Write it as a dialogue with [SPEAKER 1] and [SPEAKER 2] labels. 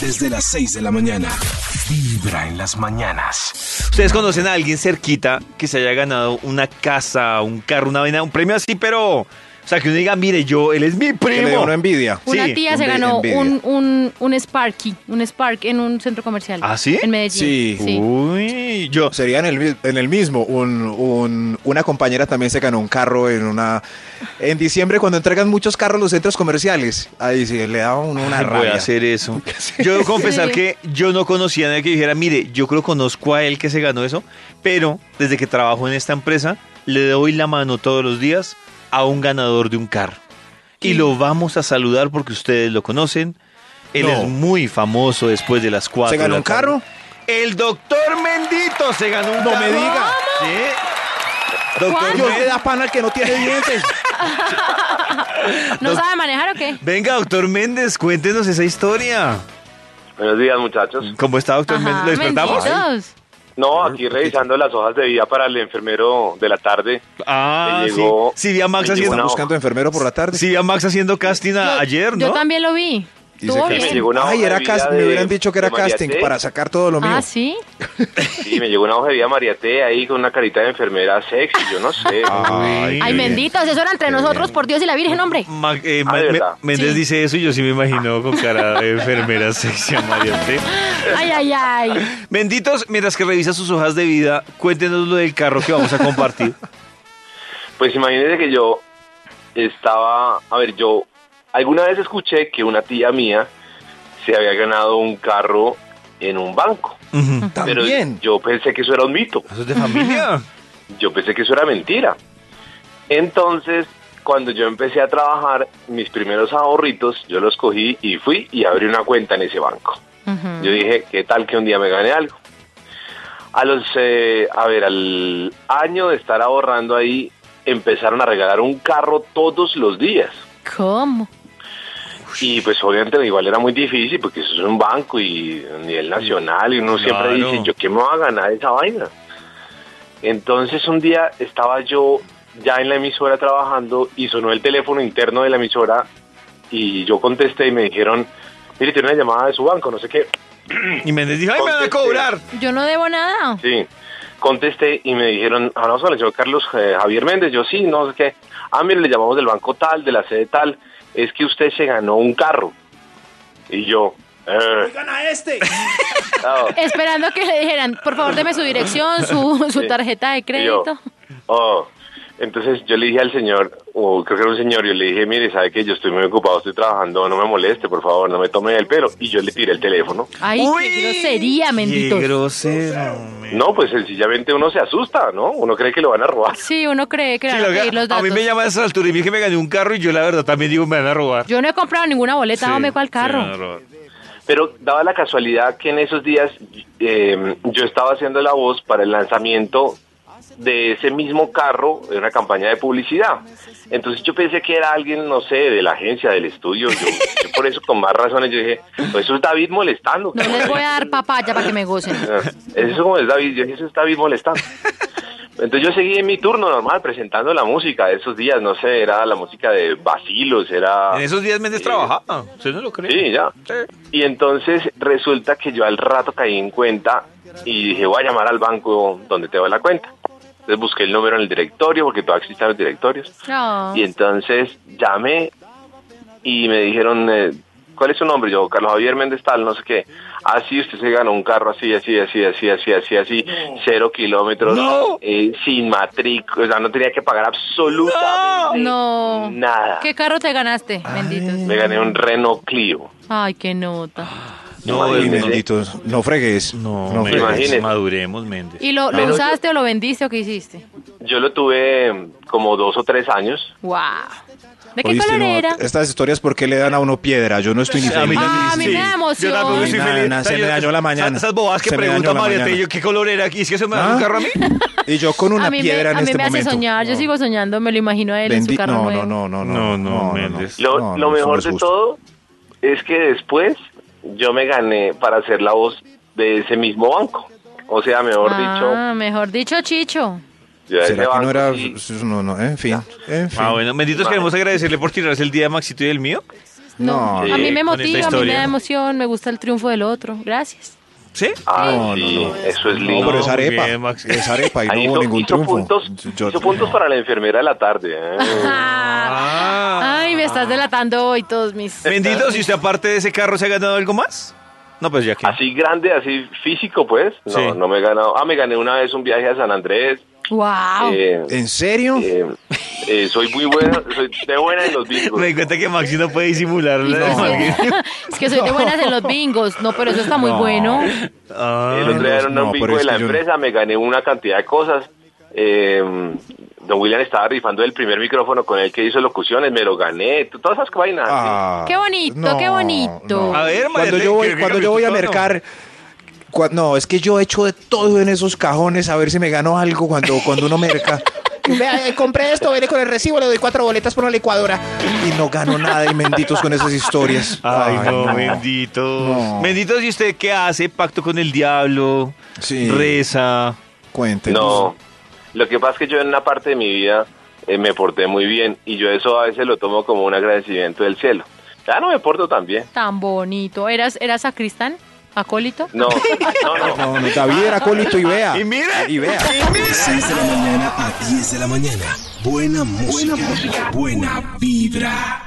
[SPEAKER 1] desde las 6 de la mañana. Vibra en las mañanas.
[SPEAKER 2] ¿Ustedes conocen a alguien cerquita que se haya ganado una casa, un carro, una vaina, un premio así, pero... O sea, que uno diga, mire, yo, él es mi
[SPEAKER 3] Que me
[SPEAKER 2] primo.
[SPEAKER 3] dio una envidia.
[SPEAKER 2] Sí,
[SPEAKER 4] Una tía se
[SPEAKER 3] envidia,
[SPEAKER 4] ganó
[SPEAKER 3] envidia.
[SPEAKER 4] un, un, un Sparky, un Spark en un centro comercial.
[SPEAKER 2] ¿Ah, sí? Uh.
[SPEAKER 4] En Medellín.
[SPEAKER 3] Sí.
[SPEAKER 2] Uy, yo...
[SPEAKER 3] Sería en el, mi- en el mismo. Un, un- una compañera también se ganó un carro en una. En diciembre, cuando entregan muchos carros a los centros comerciales. Ahí sí, le da uno una
[SPEAKER 2] Ay,
[SPEAKER 3] Ah, rabia.
[SPEAKER 2] voy a hacer eso. Yo debo confesar
[SPEAKER 4] Sí.
[SPEAKER 2] que yo no conocía a nadie que dijera, mire, yo creo conozco a él que se ganó eso, pero desde que trabajo en esta empresa, le doy la mano todos los días a un ganador de un carro. Y lo vamos a saludar porque ustedes lo conocen. Él
[SPEAKER 3] No.
[SPEAKER 2] es muy famoso después de las cuatro.
[SPEAKER 3] ¿Se
[SPEAKER 2] de
[SPEAKER 3] ganó
[SPEAKER 2] la
[SPEAKER 3] un
[SPEAKER 2] tarde.
[SPEAKER 3] carro?
[SPEAKER 2] El doctor Mendito se ganó un
[SPEAKER 3] No
[SPEAKER 2] carro.
[SPEAKER 3] me diga.
[SPEAKER 2] Sí.
[SPEAKER 4] ¿Cuál?
[SPEAKER 2] Doctor,
[SPEAKER 3] Dios
[SPEAKER 2] Men-
[SPEAKER 3] le da pan al que no tiene dientes.
[SPEAKER 4] ¿No sabe manejar o qué?
[SPEAKER 2] venga, doctor Méndez, cuéntenos esa historia.
[SPEAKER 5] Buenos días, muchachos.
[SPEAKER 2] ¿Cómo está, doctor Méndez? ¿Lo despertamos?
[SPEAKER 4] benditos.
[SPEAKER 5] No, aquí revisando las hojas de vida para el enfermero de la tarde.
[SPEAKER 2] Ah,
[SPEAKER 5] Me
[SPEAKER 2] sí.
[SPEAKER 5] llegó-
[SPEAKER 2] Sí, vi a Max
[SPEAKER 5] me llegó
[SPEAKER 2] haciendo,
[SPEAKER 5] una
[SPEAKER 3] Buscando enfermero por la tarde.
[SPEAKER 2] sí vi a Max haciendo casting a-
[SPEAKER 4] Yo-
[SPEAKER 2] Ah, ayer, ¿no?
[SPEAKER 4] Yo también lo vi.
[SPEAKER 3] Dice
[SPEAKER 4] Estuvo
[SPEAKER 3] que
[SPEAKER 5] Me
[SPEAKER 3] Bien.
[SPEAKER 5] llegó una
[SPEAKER 3] Ay,
[SPEAKER 5] hoja
[SPEAKER 3] era
[SPEAKER 5] de vida
[SPEAKER 3] casting.
[SPEAKER 5] de-
[SPEAKER 3] Me hubieran dicho que era
[SPEAKER 5] de María
[SPEAKER 3] casting
[SPEAKER 5] T.
[SPEAKER 3] para sacar todo lo mío.
[SPEAKER 4] Ah, sí.
[SPEAKER 5] Sí, me llegó una hoja de vida María T ahí con una carita de enfermera sexy, yo no sé.
[SPEAKER 3] Ah.
[SPEAKER 2] Ay,
[SPEAKER 4] Ay, benditos, eso era entre nosotros, por Dios y la Virgen, hombre.
[SPEAKER 2] Ma- eh,
[SPEAKER 5] Ah,
[SPEAKER 2] Ma-
[SPEAKER 5] ¿de
[SPEAKER 2] Me-
[SPEAKER 5] verdad?
[SPEAKER 2] Méndez
[SPEAKER 4] Sí.
[SPEAKER 2] dice eso y yo sí me imagino con cara de enfermera sexy a María T.
[SPEAKER 4] Ay, ay, ay.
[SPEAKER 2] Benditos, mientras que revisa sus hojas de vida, cuéntenos lo del carro que vamos a compartir.
[SPEAKER 5] Pues imagínense que yo estaba, a ver, yo alguna vez escuché que una tía mía se había ganado un carro en un banco.
[SPEAKER 2] Ujú.
[SPEAKER 3] También.
[SPEAKER 5] Pero yo pensé que eso era un mito.
[SPEAKER 2] ¿Eso es de familia?
[SPEAKER 5] yo pensé que eso era mentira. Entonces, cuando yo empecé a trabajar, mis primeros ahorritos, yo los cogí y fui y abrí una cuenta en ese banco.
[SPEAKER 4] Ujú.
[SPEAKER 5] Yo dije, ¿qué tal que un día me gane algo? A los, eh, a ver, al año de estar ahorrando ahí, empezaron a regalar un carro todos los días.
[SPEAKER 4] ¿Cómo?
[SPEAKER 5] Y pues obviamente igual era muy difícil porque eso es un banco y a nivel nacional y uno siempre
[SPEAKER 2] Claro.
[SPEAKER 5] dice, yo qué me va a ganar esa vaina. Entonces un día estaba yo ya en la emisora trabajando y sonó el teléfono interno de la emisora y yo contesté y me dijeron, mire, tiene una llamada de su banco, no sé qué.
[SPEAKER 2] Y Méndez dijo, ¡ay, me van a
[SPEAKER 5] Contesté.
[SPEAKER 2] cobrar!
[SPEAKER 4] Yo no debo nada.
[SPEAKER 5] Sí, contesté y me dijeron, ah, no, soy Carlos eh, Javier Méndez, yo sí, no sé qué. Ah, mire, le llamamos del banco tal, de la sede tal, es que usted se ganó un carro. Y yo, eh,
[SPEAKER 1] ¡Gana este!
[SPEAKER 5] no.
[SPEAKER 4] Esperando que le dijeran, por favor, deme su dirección, su, su
[SPEAKER 5] Sí.
[SPEAKER 4] tarjeta de
[SPEAKER 5] Y yo,
[SPEAKER 4] crédito.
[SPEAKER 5] oh. Entonces yo le dije al señor, o creo que era un señor, yo le dije, mire, sabe que yo estoy muy ocupado, estoy trabajando, no me moleste, por favor, no me tome el pelo. Y yo le tiré el teléfono.
[SPEAKER 4] Ay, qué grosería,
[SPEAKER 2] ¡Qué
[SPEAKER 4] benditos.
[SPEAKER 2] grosero! men.
[SPEAKER 5] No, pues sencillamente uno se asusta, ¿no? Uno cree que lo van a robar.
[SPEAKER 4] Sí, uno cree que
[SPEAKER 2] Sí,
[SPEAKER 4] van a
[SPEAKER 2] lo que-
[SPEAKER 4] pedir los
[SPEAKER 2] a
[SPEAKER 4] datos.
[SPEAKER 2] mí me llama a esa altura y me dije que me gané un carro y yo la verdad también digo, me van a robar.
[SPEAKER 4] Yo no he comprado ninguna boleta,
[SPEAKER 2] Sí,
[SPEAKER 4] hombre, ¿cuál
[SPEAKER 2] sí, me van
[SPEAKER 4] carro?
[SPEAKER 2] a robar.
[SPEAKER 5] Pero daba la casualidad que en esos días eh, yo estaba haciendo la voz para el lanzamiento de ese mismo carro en una campaña de publicidad. Entonces yo pensé que era alguien, no sé, de la agencia, del estudio. Yo, yo por eso con más razones yo dije, pues eso es David molestando.
[SPEAKER 4] No les voy a dar papaya para que me gocen.
[SPEAKER 5] Ah, Eso como es David, yo dije, eso está bien molestando. Entonces yo seguí en mi turno normal presentando la música de esos días, no sé, era la música de Basilos, era...
[SPEAKER 2] En esos días Méndez
[SPEAKER 5] Sí.
[SPEAKER 2] trabajaba. ¿Usted no lo cree?
[SPEAKER 5] Sí, ya. Y entonces resulta que yo al rato caí en cuenta y dije, voy a llamar al banco donde te va la cuenta. Entonces busqué el número en el directorio, porque todavía existen los directorios.
[SPEAKER 4] No.
[SPEAKER 5] Y entonces llamé y me dijeron, eh, ¿cuál es su nombre? Yo, Carlos Javier Méndez tal, no sé qué. Así usted se ganó un carro así, así, así, así, así, así, así, cero kilómetros,
[SPEAKER 2] No.
[SPEAKER 5] eh, sin matrícula, o sea, no tenía que pagar absolutamente
[SPEAKER 4] No.
[SPEAKER 5] nada.
[SPEAKER 4] ¿Qué carro te ganaste, benditos?
[SPEAKER 5] Me gané un Renault Clio.
[SPEAKER 4] Ay, qué nota.
[SPEAKER 2] No,
[SPEAKER 3] Ay,
[SPEAKER 2] el
[SPEAKER 5] Imagínese.
[SPEAKER 3] benditos. No fregues.
[SPEAKER 2] No, Méndez,
[SPEAKER 3] No fregues.
[SPEAKER 5] imagínese.
[SPEAKER 2] maduremos, Méndez.
[SPEAKER 4] ¿Y lo, lo
[SPEAKER 5] Menos-
[SPEAKER 4] usaste o lo vendiste o qué hiciste?
[SPEAKER 5] Yo lo tuve mm, como dos o tres años.
[SPEAKER 4] ¡Wow! ¿De qué
[SPEAKER 3] Oíste,
[SPEAKER 4] color
[SPEAKER 3] no,
[SPEAKER 4] era?
[SPEAKER 3] estas historias, ¿por qué le dan a uno piedra? Yo no estoy ni
[SPEAKER 2] A mí
[SPEAKER 3] feliz.
[SPEAKER 4] Ah,
[SPEAKER 2] también,
[SPEAKER 4] a mí me da emoción.
[SPEAKER 2] Yo tampoco estoy
[SPEAKER 3] Ay,
[SPEAKER 2] feliz.
[SPEAKER 3] nana,
[SPEAKER 2] O sea,
[SPEAKER 3] se me
[SPEAKER 2] yo-
[SPEAKER 3] dañó la mañana.
[SPEAKER 2] Esas bobadas que
[SPEAKER 3] Se me
[SPEAKER 2] pregunta
[SPEAKER 3] dañó la
[SPEAKER 2] María
[SPEAKER 3] mañana.
[SPEAKER 2] Tello, ¿qué color era? ¿Y es que se me da
[SPEAKER 3] ¿Ah?
[SPEAKER 2] un carro a mí?
[SPEAKER 3] Y yo con una
[SPEAKER 4] a mí
[SPEAKER 3] piedra
[SPEAKER 4] me,
[SPEAKER 3] en
[SPEAKER 4] a mí
[SPEAKER 3] este
[SPEAKER 4] me hace
[SPEAKER 3] momento.
[SPEAKER 4] soñar, yo sigo soñando, me lo imagino a él en su
[SPEAKER 3] Bendi-
[SPEAKER 4] carro
[SPEAKER 3] no,
[SPEAKER 4] nuevo.
[SPEAKER 3] no, no, no,
[SPEAKER 2] No, no,
[SPEAKER 3] no, no, no,
[SPEAKER 2] Méndez.
[SPEAKER 3] No,
[SPEAKER 5] Lo, lo
[SPEAKER 3] no, eso no
[SPEAKER 5] mejor
[SPEAKER 3] es
[SPEAKER 5] de
[SPEAKER 3] justo.
[SPEAKER 5] todo es que después yo me gané para hacer la voz de ese mismo banco. O sea, mejor
[SPEAKER 4] Ah, mejor dicho, Chicho.
[SPEAKER 5] dicho, yo a ese
[SPEAKER 3] ¿Será que
[SPEAKER 5] banco
[SPEAKER 3] no era?
[SPEAKER 5] sí-
[SPEAKER 3] No, no, en fin, en fin.
[SPEAKER 2] Ah, bueno, benditos, queremos agradecerle por tirarse el día de Maxito y el mío.
[SPEAKER 4] No,
[SPEAKER 5] Sí,
[SPEAKER 4] a mí me
[SPEAKER 2] con esta
[SPEAKER 4] motiva, a mí me
[SPEAKER 2] historia.
[SPEAKER 4] da emoción, me gusta el triunfo del otro. Gracias.
[SPEAKER 2] ¿Sí?
[SPEAKER 5] Ah,
[SPEAKER 3] No,
[SPEAKER 5] sí,
[SPEAKER 3] no, no.
[SPEAKER 5] eso es
[SPEAKER 3] No,
[SPEAKER 5] lindo.
[SPEAKER 3] pero es
[SPEAKER 2] muy
[SPEAKER 3] arepa.
[SPEAKER 2] bien, Max.
[SPEAKER 3] es arepa y
[SPEAKER 5] Ahí
[SPEAKER 3] no hubo
[SPEAKER 5] hizo,
[SPEAKER 3] ningún
[SPEAKER 5] hizo
[SPEAKER 3] triunfo.
[SPEAKER 5] puntos,
[SPEAKER 3] Yo-
[SPEAKER 5] hizo puntos para la enfermera de la tarde. ¿eh?
[SPEAKER 2] Ah.
[SPEAKER 4] Ay, me estás delatando hoy todos mis...
[SPEAKER 3] Eh,
[SPEAKER 2] Bendito, si usted aparte de ese carro se ha ganado algo más. No, pues ya que.
[SPEAKER 5] Así grande, así físico, pues. No,
[SPEAKER 2] Sí.
[SPEAKER 5] no me he ganado. Ah, me gané una vez un viaje a San Andrés.
[SPEAKER 4] ¡Wow!
[SPEAKER 5] Eh,
[SPEAKER 3] ¿En serio?
[SPEAKER 5] eh, eh, soy muy buena, soy de buena en los bingos.
[SPEAKER 2] Me di cuenta que Maxi no puede disimular. la de Malguín.
[SPEAKER 4] es que soy de buenas en los bingos. No, pero eso está muy
[SPEAKER 3] No.
[SPEAKER 4] bueno.
[SPEAKER 2] Ah.
[SPEAKER 5] El otro día era un
[SPEAKER 3] No,
[SPEAKER 5] bingo
[SPEAKER 3] pero es
[SPEAKER 5] de la
[SPEAKER 3] que yo no-
[SPEAKER 5] empresa, me gané una cantidad de cosas. Eh, don William estaba rifando el primer micrófono con el que hizo locuciones, me lo gané, t- todas esas vainas.
[SPEAKER 3] Ah,
[SPEAKER 4] Qué bonito, qué bonito.
[SPEAKER 2] A ver,
[SPEAKER 3] cuando
[SPEAKER 2] Mariela,
[SPEAKER 3] yo voy,
[SPEAKER 2] ¿qué- qué
[SPEAKER 3] cuando yo voy a
[SPEAKER 2] capítulo?
[SPEAKER 3] mercar. cua- no, es que yo echo de todo en esos cajones a ver si me gano algo cuando, cuando uno merca. Vea, eh, compré esto, viene con el recibo, le doy cuatro boletas por una licuadora. Y no gano nada, y menditos con esas historias.
[SPEAKER 2] Ay, no, bendito.
[SPEAKER 3] No.
[SPEAKER 2] Bendito, si usted qué hace? Pacto con el diablo.
[SPEAKER 3] Sí.
[SPEAKER 2] Reza.
[SPEAKER 5] sí.
[SPEAKER 3] Cuéntenos.
[SPEAKER 5] No, lo que pasa es que yo en una parte de mi vida eh, me porté muy bien y yo eso a veces lo tomo como un agradecimiento del cielo. Ya no me porto tan bien.
[SPEAKER 4] Tan bonito. ¿Eras, eras sacristán? ¿Acólito?
[SPEAKER 5] No, no, no.
[SPEAKER 3] No, no, David era colito y vea.
[SPEAKER 2] Y mire.
[SPEAKER 3] Ah, Y vea.
[SPEAKER 1] De 6 de la mañana a 10 de la mañana. Buena música. Buena vibra.